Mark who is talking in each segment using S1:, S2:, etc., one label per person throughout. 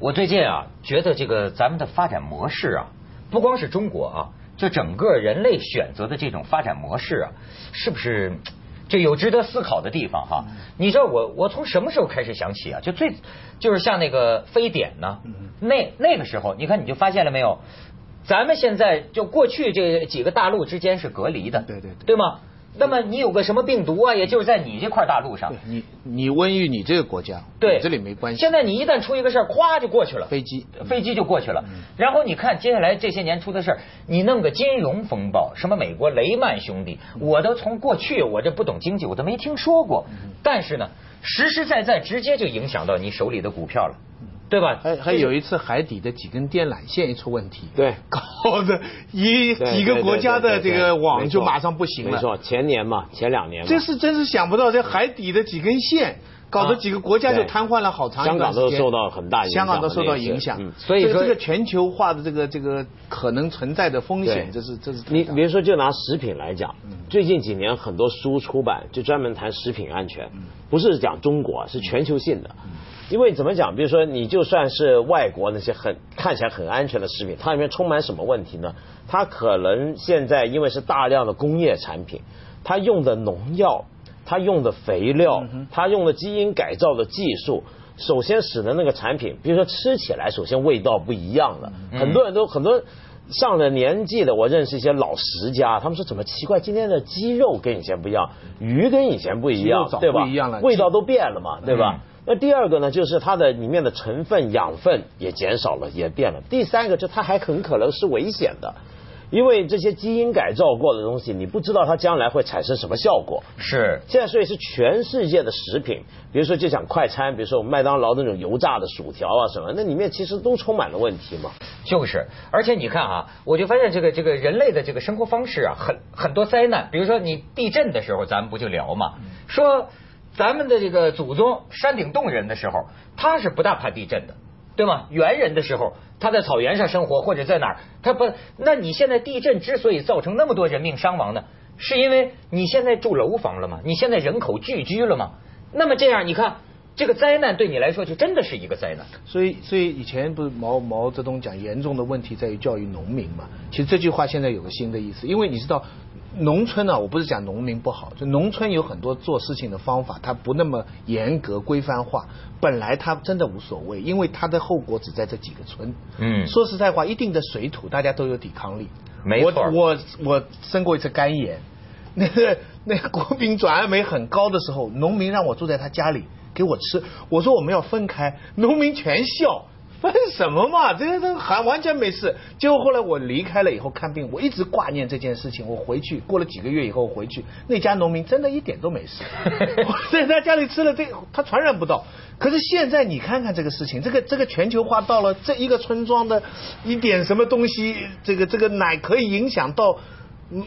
S1: 我最近啊，觉得这个咱们的发展模式啊，不光是中国啊，就整个人类选择的这种发展模式啊，是不是这有值得思考的地方哈、
S2: 嗯
S1: 你知道我我从什么时候开始想起啊？就最就是像那个非典呢，
S2: 嗯
S1: 那那个时候，你看你就发现了没有？咱们现在就过去这几个大陆之间是隔离的，
S2: 对对对
S1: 对吗？那么你有个什么病毒啊，也就是在你这块大陆上
S2: 对，你你瘟疫你这个国家，
S1: 对，
S2: 你这里没关系。
S1: 现在你一旦出一个事儿，咵就过去了，
S2: 飞机
S1: 飞机就过去了。然后你看接下来这些年出的事儿，你弄个金融风暴，什么美国雷曼兄弟，我都从过去我这不懂经济，我都没听说过。但是呢，实实在在直接就影响到你手里的股票了，对吧？
S2: 还还有一次海底的几根电缆线一出问题，
S3: 对
S2: 搞得一
S3: 对
S2: 几个国家的
S3: 对对对
S2: 这
S3: 对
S2: 个网
S3: 没
S2: 就
S3: 错
S2: 马上不行
S3: 没
S2: 了。
S3: 错，前年嘛，前两年嘛，
S2: 这是真是想不到，这海底的几根线，搞得几个国家就
S3: 啊对
S2: 瘫痪了好长一
S3: 香
S2: 段
S3: 港
S2: 时
S3: 都
S2: 间。
S3: 受到很大影响
S2: 香
S3: 的
S2: 港都受到
S3: 那一次
S2: 影响
S3: 嗯，
S1: 所以
S2: 这个
S1: 说
S2: 这个全球化的这个这个可能存在的风险，
S3: 对
S2: 这是这是
S3: 你
S2: 太大
S3: 比如说，就拿食品来讲，
S2: 嗯
S3: 最近几年很多书出版，就专门谈食品安全，
S2: 嗯
S3: 不是讲中国，啊是全球性的。因为怎么讲？比如说，你就算是外国那些很看起来很安全的食品，它里面充满什么问题呢？它可能现在因为是大量的工业产品，它用的农药，它用的肥料，
S2: 嗯
S3: 它用的基因改造的技术。首先使得那个产品，比如说吃起来，首先味道不一样了。
S2: 嗯
S3: 很多人都很多上了年纪的，我认识一些老食家，他们说怎么奇怪，今天的鸡肉跟以前不一样，鱼跟以前不一样
S2: 鸡肉早，
S3: 对吧？
S2: 不一样了嗯
S3: 味道都变了嘛，对吧？那第二个呢，就是它的里面的成分、养分也减少了，也变了。第三个，就它还很可能是危险的，因为这些基因改造过的东西，你不知道它将来会产生什么效果。
S1: 是
S3: 现在所以是全世界的食品，比如说就讲快餐，比如说我们麦当劳那种油炸的薯条啊什么，那里面其实都充满了问题 嘛。
S1: 就是，而且你看啊，我就发现这个这个人类的这个生活方式啊，很很多灾难，比如说你地震的时候，咱们不就聊嘛，说咱们的这个祖宗山顶洞人的时候，他是不大怕地震的，对吗？猿人的时候，他在草原上生活或者在哪儿，他不，那你现在地震之所以造成那么多人命伤亡呢，是因为你现在住楼房了吗？你现在人口聚居了吗？那么这样你看，这个灾难对你来说就真的是一个灾难。
S2: 所以，所以以前不是毛毛泽东讲严重的问题在于教育农民嘛？其实这句话现在有个新的意思，因为你知道，农村呢、啊，我不是讲农民不好，就农村有很多做事情的方法，它不那么严格规范化，本来它真的无所谓，因为它的后果只在这几个村。
S1: 嗯
S2: 说实在话，一定的水土大家都有抵抗力。
S1: 没错
S2: 我我我生过一次肝炎，那个那个国民转氨酶很高的时候，农民让我住在他家里给我吃，我说我们要分开，农民全笑。分什么嘛？这个这个还完全没事。结果后来我离开了以后看病，我一直挂念这件事情。我回去过了几个月以后，我回去那家农民真的一点都没事。 我在他家里吃了这个，他传染不到。可是现在你看看这个事情，这个这个全球化到了这一个村庄的一点什么东西，这个这个奶可以影响到嗯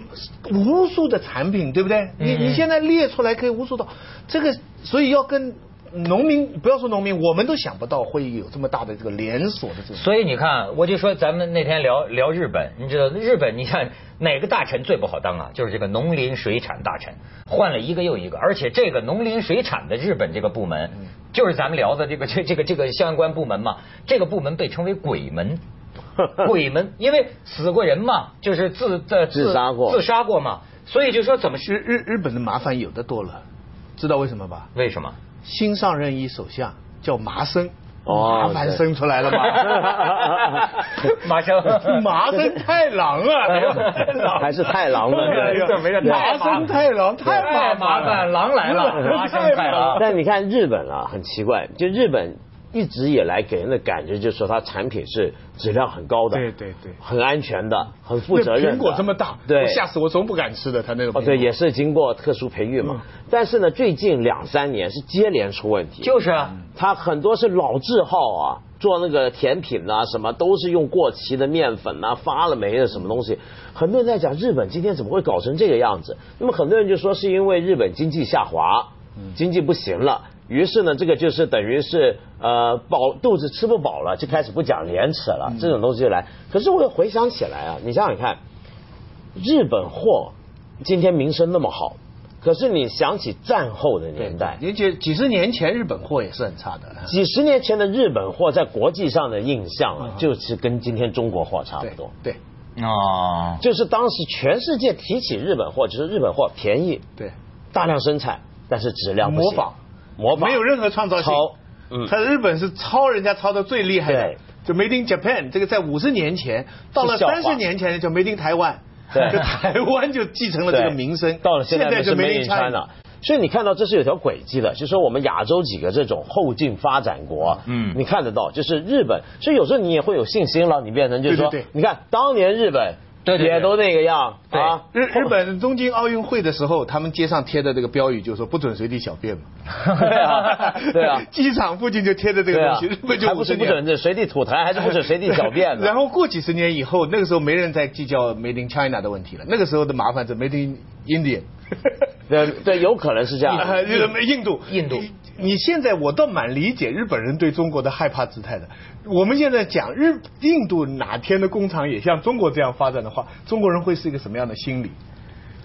S2: 无数的产品，对不对？你你现在列出来可以无数到这个，所以要跟农民不要说农民，我们都想不到会有这么大的这个连锁的这种。
S1: 所以你看，我就说咱们那天聊聊日本，你知道日本，你看哪个大臣最不好当啊？就是这个农林水产大臣，换了一个又一个，而且这个农林水产的日本这个部门，就是咱们聊的这个这这个这个相关部门嘛，这个部门被称为鬼门。鬼门，因为死过人嘛，就是自自
S3: 自杀过
S1: 自杀过嘛，所以就说怎么
S2: 日日日本的麻烦有的多了，知道为什么吧？
S1: 为什么？
S2: 新上任一首相叫麻生，
S3: 哦
S2: 麻烦生出来了吧？
S1: 马生，
S2: 麻生太郎 啊，太郎
S3: 还是太郎了
S2: 哎呀
S3: 这
S1: 没事
S2: 麻生太郎太麻
S3: 哎
S1: 太麻
S2: 烦
S1: 烦，
S2: 了。
S1: 狼来了，麻生太郎。
S3: 但你看日本啊，很奇怪，就日本一直以来给人的感觉就是说它产品是质量很高的，
S2: 对对对
S3: 很安全的，很负
S2: 那
S3: 责任的。
S2: 苹果这么大，
S3: 对
S2: 我，吓死我，总不敢吃的。他那个苹
S3: 哦
S2: 果
S3: 对，也是经过特殊培育嘛。
S2: 嗯
S3: 但是呢，最近两三年是接连出问题，
S1: 就是啊，
S3: 它很多是老字号啊，做那个甜品呐、什么都是用过期的面粉呐、发了霉的什么东西。很多人在讲日本今天怎么会搞成这个样子？那么很多人就说是因为日本经济下滑，经济不行了。于是呢，这个就是等于是呃饱肚子吃不饱了，就开始不讲廉耻了，这种东西就来。可是我又回想起来啊，你想想看，日本货今天名声那么好，可是你想起战后的年代，
S2: 也几几十年前日本货也是很差的。
S3: 几十年前的日本货在国际上的印象
S2: 嗯
S3: 啊，就是跟今天中国货差不多。
S2: 对
S3: 嗯
S1: 哦，
S3: 就是当时全世界提起日本货，就是日本货便宜，
S2: 对，
S3: 大量生产，但是质量不
S2: 模
S3: 行
S2: 仿，
S3: 模仿
S2: 没有任何创造性
S3: 抄。嗯
S2: 他日本是抄人家抄的最厉害的
S3: 对，
S2: 就 Made in Japan 这个在五十年前，到了
S3: 是笑话
S2: 三十年前就 Made in 台湾，
S3: 对
S2: 就 台湾就继承了这个
S3: 对
S2: 名声，
S3: 到了现在
S2: 在就
S3: 就是 Made
S2: Made
S3: in
S2: in
S3: China。所以你看到这是有条轨迹的，就是说我们亚洲几个这种后进发展国，啊
S1: 嗯
S3: 你看得到，就是日本，所以有时候你也会有信心了，你变成就是说，
S2: 对对对
S3: 你看当年日本
S1: 对对对
S3: 也都那个样
S1: 对
S3: 啊，
S2: 日日本东京奥运会的时候，他们街上贴的这个标语就是说不准随地小便嘛。
S3: 对啊，对啊，
S2: 机场附近就贴着这
S3: 对
S2: 个东
S3: 啊
S2: 西，日本，就
S3: 还不
S2: 50
S3: 是
S2: 年
S3: 不准随地吐痰，还是不准随地小便 呢？
S2: 然后过几十年以后，那个时候没人再计较 Made in China 的问题了，那个时候的麻烦是 Made in India。
S3: 对对，有可能是这样。
S2: 啊日本印度，
S1: 印度
S2: 你。你现在我倒蛮理解日本人对中国的害怕姿态的。我们现在讲日印度哪天的工厂也像中国这样发展的话，中国人会是一个什么样的心理？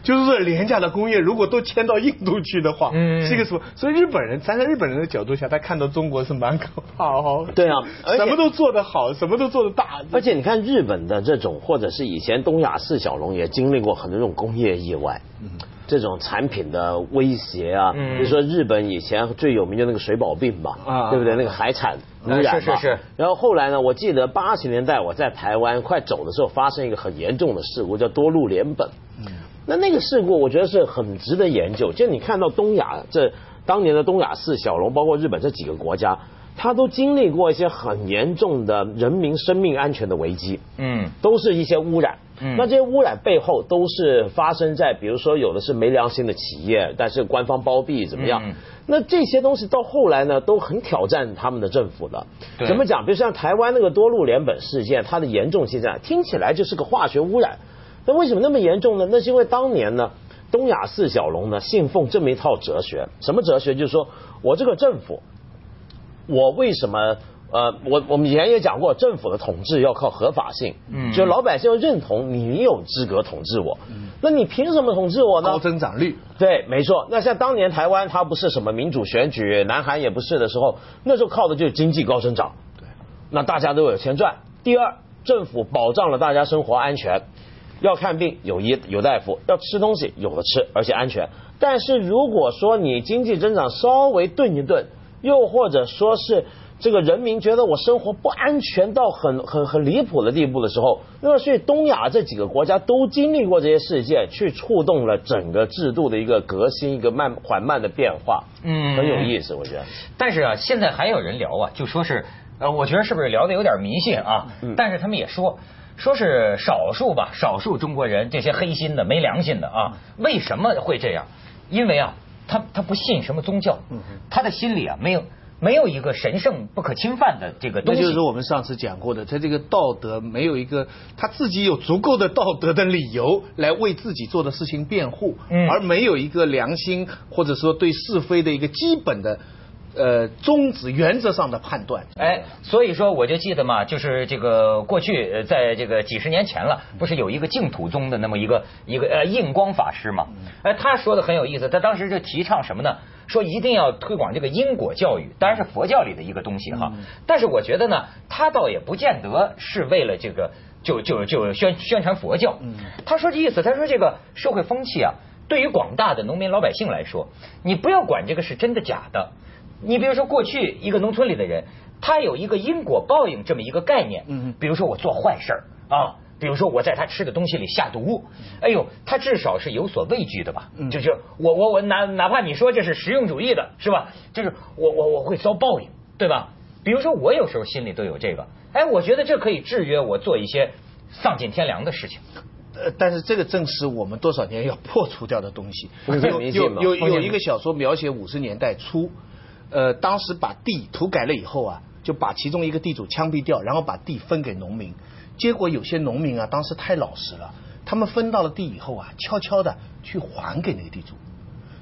S2: 就是说廉价的工业如果都迁到印度去的话，
S1: 嗯
S2: 是一个什么？所以日本人站在日本人的角度下，他看到中国是蛮可怕哦。
S3: 对啊而且
S2: 什么都做得好，什么都做得大，
S3: 而且你看日本的这种，或者是以前东亚四小龙也经历过很多这种工业意外，这种产品的威胁啊，
S1: 嗯
S3: 比如说日本以前最有名就那个水保病吧，
S2: 啊
S3: 对不对？那个海产污染嘛，
S1: 啊是是是
S3: 然后后来呢，我记得八十年代我在台湾快走的时候，发生一个很严重的事故，叫多氯联苯。
S1: 嗯
S3: 那那个事故，我觉得是很值得研究。就你看到东亚这当年的东亚四小龙，包括日本这几个国家，它都经历过一些很严重的人民生命安全的危机，
S1: 嗯
S3: 都是一些污染。
S1: 嗯
S3: 那这些污染背后都是发生在，比如说有的是没良心的企业，但是官方包庇怎么样？
S1: 嗯
S3: 那这些东西到后来呢，都很挑战他们的政府的。
S1: 对
S3: 怎么讲？比如像台湾那个多氯联苯事件，它的严重性在听起来就是个化学污染，那为什么那么严重呢？那是因为当年呢，东亚四小龙呢信奉这么一套哲学，什么哲学？就是说我这个政府，我为什么？呃，我我们以前也讲过，政府的统治要靠合法性，
S1: 嗯
S3: 就是老百姓要认同你有资格统治我，那你凭什么统治我呢？
S2: 高增长率。
S3: 对，没错。那像当年台湾它不是什么民主选举，南韩也不是的时候，那时候靠的就是经济高增长。对，那大家都有钱赚。第二，政府保障了大家生活安全，要看病有医有大夫，要吃东西有的吃，而且安全。但是如果说你经济增长稍微顿一顿，又或者说是这个人民觉得我生活不安全到很很很离谱的地步的时候，那么所以东亚这几个国家都经历过这些事件，去触动了整个制度的一个革新，一个慢缓慢的变化，
S1: 嗯
S3: 很有意思，我觉得。
S1: 但是啊，现在还有人聊啊，就说是，呃，我觉得是不是聊的有点迷信啊？
S2: 嗯
S1: 但是他们也说，说是少数吧，少数中国人这些黑心的、没良心的啊，
S2: 嗯
S1: 为什么会这样？因为啊，他他不信什么宗教，
S2: 嗯
S1: 他的心里啊没有没有一个神圣不可侵犯的这个
S2: 那
S1: 东西。
S2: 就是我们上次讲过的，他这个道德没有一个他自己有足够的道德的理由来为自己做的事情辩护，
S1: 嗯
S2: 而没有一个良心或者说对是非的一个基本的呃宗旨原则上的判断。
S1: 哎，所以说我就记得嘛，就是这个过去呃在这个几十年前了，不是有一个净土宗的那么一个一个呃印光法师嘛？哎，他说的很有意思，他当时就提倡什么呢？说一定要推广这个因果教育，当然是佛教里的一个东西哈。但是我觉得呢，他倒也不见得是为了这个就就就宣宣传佛教。他说这意思，他说这个社会风气啊，对于广大的农民老百姓来说，你不要管这个是真的假的。你比如说，过去一个农村里的人，他有一个因果报应这么一个概念。
S2: 嗯嗯
S1: 比如说我做坏事儿啊，比如说我在他吃的东西里下毒，哎呦，他至少是有所畏惧的吧？
S2: 嗯
S1: 就是我我我哪哪怕你说这是实用主义的，是吧？就是我我我会遭报应，对吧？比如说我有时候心里都有这个，哎，我觉得这可以制约我做一些丧尽天良的事情。
S2: 呃，但是这个正是我们多少年要破除掉的东西。
S3: 封建
S2: 有
S3: 迷信
S2: 有
S3: 嘛
S2: 有
S1: 封建
S2: 有
S1: 迷
S2: 一个小说描写五十年代初，呃，当时把地土改了以后啊，就把其中一个地主枪毙掉，然后把地分给农民。结果有些农民啊，当时太老实了，他们分到了地以后啊，悄悄的去还给那个地主。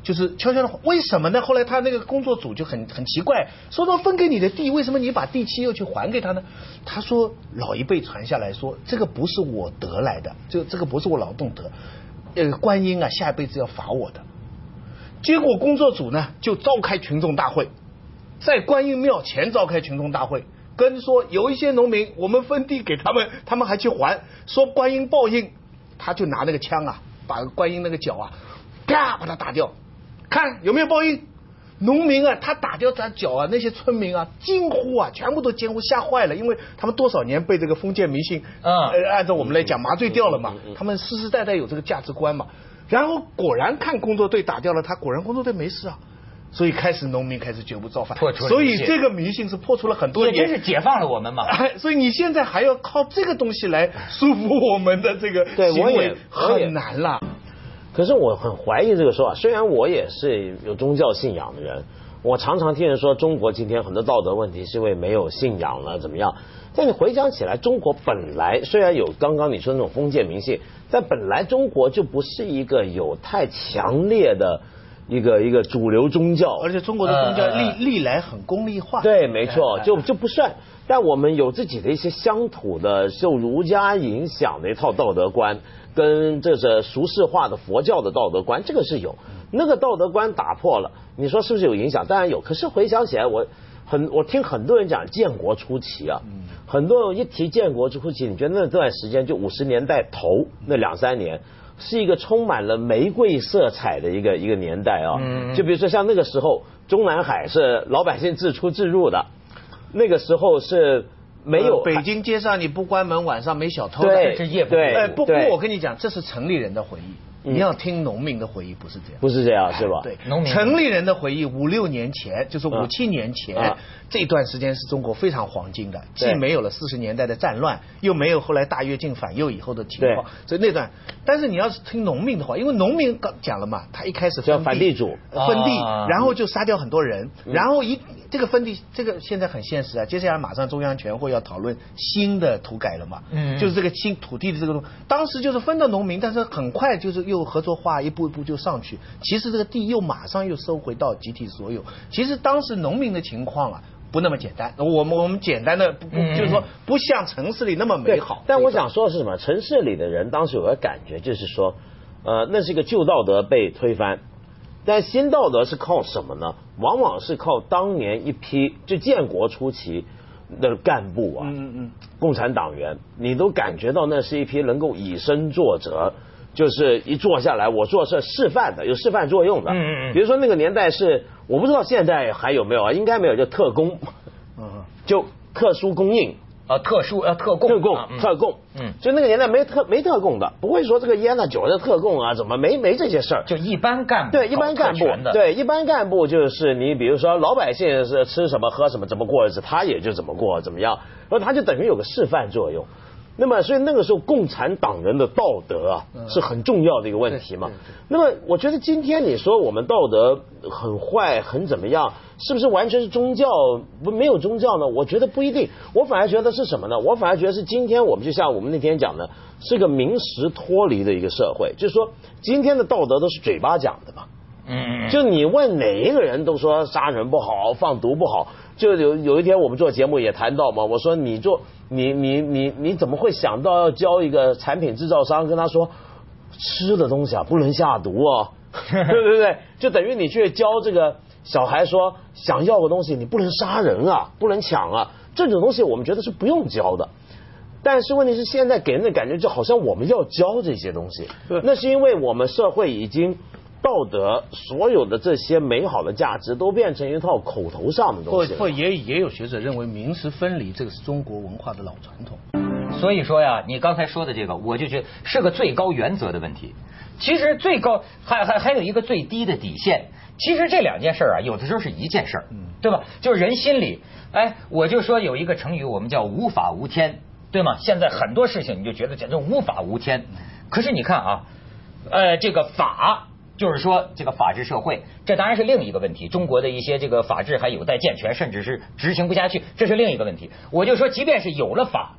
S2: 就是悄悄的，为什么呢？后来他那个工作组就很很奇怪，说到分给你的地，为什么你把地契又去还给他呢？他说老一辈传下来说，这个不是我得来的，这这个不是我劳动得，呃，观音啊下辈子要罚我的。结果工作组呢就召开群众大会，在观音庙前召开群众大会，跟说有一些农民，我们分地给他们，他们还去还，说观音报应，他就拿那个枪啊，把观音那个脚啊，啪把他打掉，看有没有报应。农民啊，他打掉他脚啊，那些村民啊，惊呼啊，全部都惊呼，吓坏了，因为他们多少年被这个封建迷信，
S1: 嗯
S2: 呃，按照我们来讲麻醉掉了
S3: 嗯
S2: 嘛，他们世世代代有这个价值观嘛。然后果然看工作队打掉了他，果然工作队没事啊，所以开始农民开始绝不造反
S1: 破除，了
S2: 所以
S1: 迷信
S2: 这个迷信是破除了很多
S1: 也真
S2: 年
S1: 是。解放了我们嘛。
S2: 哎，所以你现在还要靠这个东西来束缚我们的这个
S3: 对
S2: 行
S3: 我也
S2: 为，
S3: 我也
S2: 很难啦。
S3: 可是我很怀疑这个说法，虽然我也是有宗教信仰的人，我常常听人说中国今天很多道德问题是因为没有信仰了怎么样？但你回想起来，中国本来虽然有刚刚你说那种封建迷信，但本来中国就不是一个有太强烈的一个一个主流宗教，
S2: 而且中国的宗教
S1: 呃
S2: 历历来很功利化，
S3: 对，没错，就就不算。但我们有自己的一些乡土的受儒家影响的一套道德观，跟这是俗世化的佛教的道德观，这个是有。那个道德观打破了，你说是不是有影响？当然有。可是回想起来，我很我听很多人讲建国初期啊，很多人一提建国初期，你觉得那段时间就五十年代头那两三年。是一个充满了玫瑰色彩的一个一个年代啊，
S2: 嗯
S3: 就比如说像那个时候，中南海是老百姓自出自入的，那个时候是没有、
S2: 呃北京街上你不关门，晚上没小偷的。
S3: 对
S1: 是夜不
S3: 对，
S2: 哎，不不
S3: 对
S2: 过我跟你讲，这是城里人的回忆，
S3: 嗯
S2: 你要听农民的回忆，不是这样。
S3: 不是这样是吧？
S2: 哎对，
S1: 农民
S2: 城里人的回忆，五六年前，就是五七年前、
S3: 啊
S2: 这段时间是中国非常黄金的，
S3: 对
S2: 既没有了四十年代的战乱，又没有后来大跃进反右以后的情况
S3: 对，
S2: 所以那段。但是你要是听农民的话，因为农民刚讲了嘛，他一开始分
S3: 叫
S2: 地
S3: 反地主
S2: 呃分地，
S1: 啊
S2: 然后就杀掉很多人，然后一这个分地，这个现在很现实啊，接下来马上中央全会要讨论新的土改了嘛，
S1: 嗯
S2: 就是这个新土地的这个东，当时就是分到农民，但是很快就是又合作化，一步一步就上去。其实这个地又马上又收回到集体所有。其实当时农民的情况啊，不那么简单。我们我们简单的不不
S1: 嗯
S2: 就是说不像城市里那么
S3: 对
S2: 美好。
S3: 但我想说的是什么？城市里的人当时有个感觉，就是说，呃，那是一个旧道德被推翻，但新道德是靠什么呢？往往是靠当年一批就建国初期的干部啊，
S2: 嗯嗯，
S3: 共产党员，你都感觉到那是一批能够以身作则。就是一坐下来，我做事示范的，有示范作用的。
S1: 嗯嗯嗯
S3: 比如说那个年代是，我不知道现在还有没有啊，应该没有，就特工，
S2: 嗯，
S3: 就特殊供应，
S1: 啊，特殊呃特供
S3: 特供
S1: 啊嗯，
S3: 特供，
S1: 嗯
S3: 就那个年代没特没特供的，不会说这个烟啊酒的特供啊，怎么没没这些事儿？
S1: 就一般干部
S3: 对，一般干部
S1: 搞特权，的
S3: 对一般干部就是你，比如说老百姓是吃什么喝什么，怎么过日子，他也就怎么过怎么样，然后他就等于有个示范作用。那么，所以那个时候共产党人的道德啊是很重要的一个问题嘛。那么，我觉得今天你说我们道德很坏，很怎么样，是不是完全是宗教不没有宗教呢？我觉得不一定，我反而觉得是什么呢？我反而觉得是今天我们就像我们那天讲的，是个名实脱离的一个社会，就是说今天的道德都是嘴巴讲的嘛。
S1: 嗯嗯
S3: 就你问哪一个人都说杀人不好，放毒不好。就有有一天我们做节目也谈到嘛，我说你做你你你你怎么会想到要教一个产品制造商跟他说吃的东西啊不能下毒啊， 对对对，就等于你去教这个小孩说想要个东西你不能杀人啊，不能抢啊，这种东西我们觉得是不用教的。但是问题是，现在给人的感觉就好像我们要教这些东西，那是因为我们社会已经道德所有的这些美好的价值都变成一套口头上的
S2: 或
S3: 东西了。
S2: 或也也有学者认为名实分离，这个是中国文化的老传统。
S1: 所以说呀，你刚才说的这个，我就觉得是个最高原则的问题。其实最高还还还有一个最低的底线。其实这两件事儿啊，有的时候是一件事儿，
S3: 嗯
S1: 对吧？就是人心里，哎，我就说有一个成语，我们叫无法无天，对吗？现在很多事情你就觉得简直无法无天，可是你看啊，呃，这个法就是说这个法治社会，这当然是另一个问题。中国的一些这个法治还有待健全，甚至是执行不下去，这是另一个问题。我就说，即便是有了法，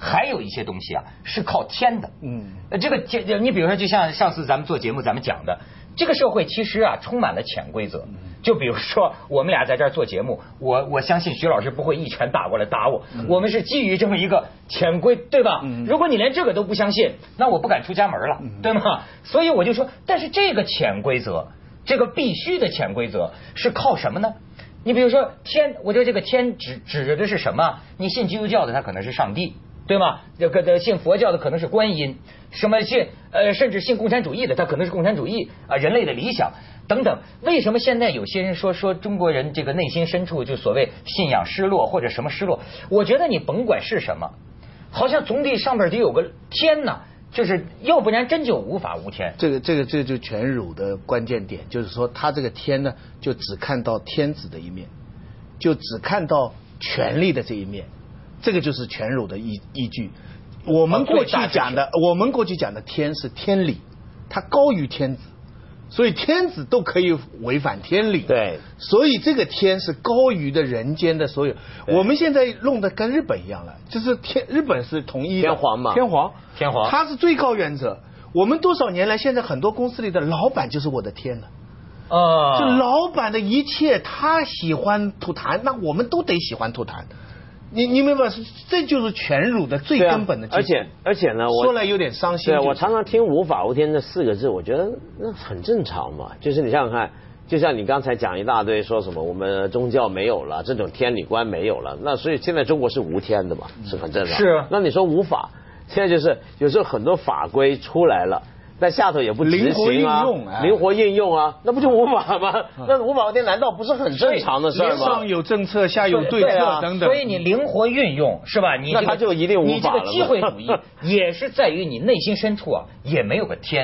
S1: 还有一些东西啊是靠天的。
S2: 嗯
S1: 呃，这个这这你比如说，就像上次咱们做节目咱们讲的，这个社会其实啊充满了潜规则。就比如说，我们俩在这儿做节目，我我相信徐老师不会一拳打过来打我，我们是基于这么一个潜规，对吧？
S2: 嗯
S1: 如果你连这个都不相信，那我不敢出家门了，对吗？所以我就说，但是这个潜规则。这个必须的潜规则是靠什么呢？你比如说天，我觉得这个天指指着的是什么？你信基督教的，他可能是上帝，对吗？这个这信佛教的可能是观音，什么信呃，甚至信共产主义的，他可能是共产主义啊、人类的理想等等。为什么现在有些人说说中国人这个内心深处就所谓信仰失落或者什么失落？我觉得你甭管是什么，好像总得上边得有个天呐，就是要不然真就无法无
S3: 哎
S1: 天。
S2: 这个这个这个就全儒的关键点，就是说他这个天呢，就只看到天子的一面，就只看到权力的这一面，这个就是全儒的依依据。我
S1: 哦
S2: 们
S1: 对
S2: 过去
S1: 大致
S2: 讲的，我们过去讲的天是天理，它高于天子，所以天子都可以违反天理。
S3: 对，
S2: 所以这个天是高于的人间的所有。我们现在弄得跟日本一样了，就是天日本是统一的
S3: 天皇嘛
S2: 天皇，
S1: 天皇
S2: 他是最高原则。我们多少年来，现在很多公司里的老板就是我的天了，
S1: 啊
S2: 就老板的一切，他喜欢吐痰，那我们都得喜欢吐痰。你你明白，这就是全儒的最
S3: 对啊
S2: 根本的基础。
S3: 而且而且呢，我
S2: 说来有点伤心。
S3: 对，
S2: 就是
S3: 我常常听“无法无天”这四个字，我觉得那很正常嘛。就是你想想看，就像你刚才讲一大堆，说什么我们宗教没有了，这种天理观没有了，那所以现在中国是无天的嘛，
S2: 嗯
S3: 是很正常。
S1: 是啊
S3: 那你说无法，现在就是有时候很多法规出来了。但下头也不执
S2: 灵活
S3: 行啊，
S2: 应用哎嗯
S3: 灵活应用啊，那不就无法吗？那无法无天难道不是很正常的事儿
S2: 连
S3: 吗
S2: 上？有政策，下有对
S3: 对
S2: 策
S3: 啊
S2: 等等。
S1: 所以你灵活运用是吧？你这个
S3: 那他就一定无
S1: 你这
S3: 法
S1: 个
S3: 了
S1: 机
S3: 嘛
S1: 会主义也是在于你内心深处啊，也没有个天。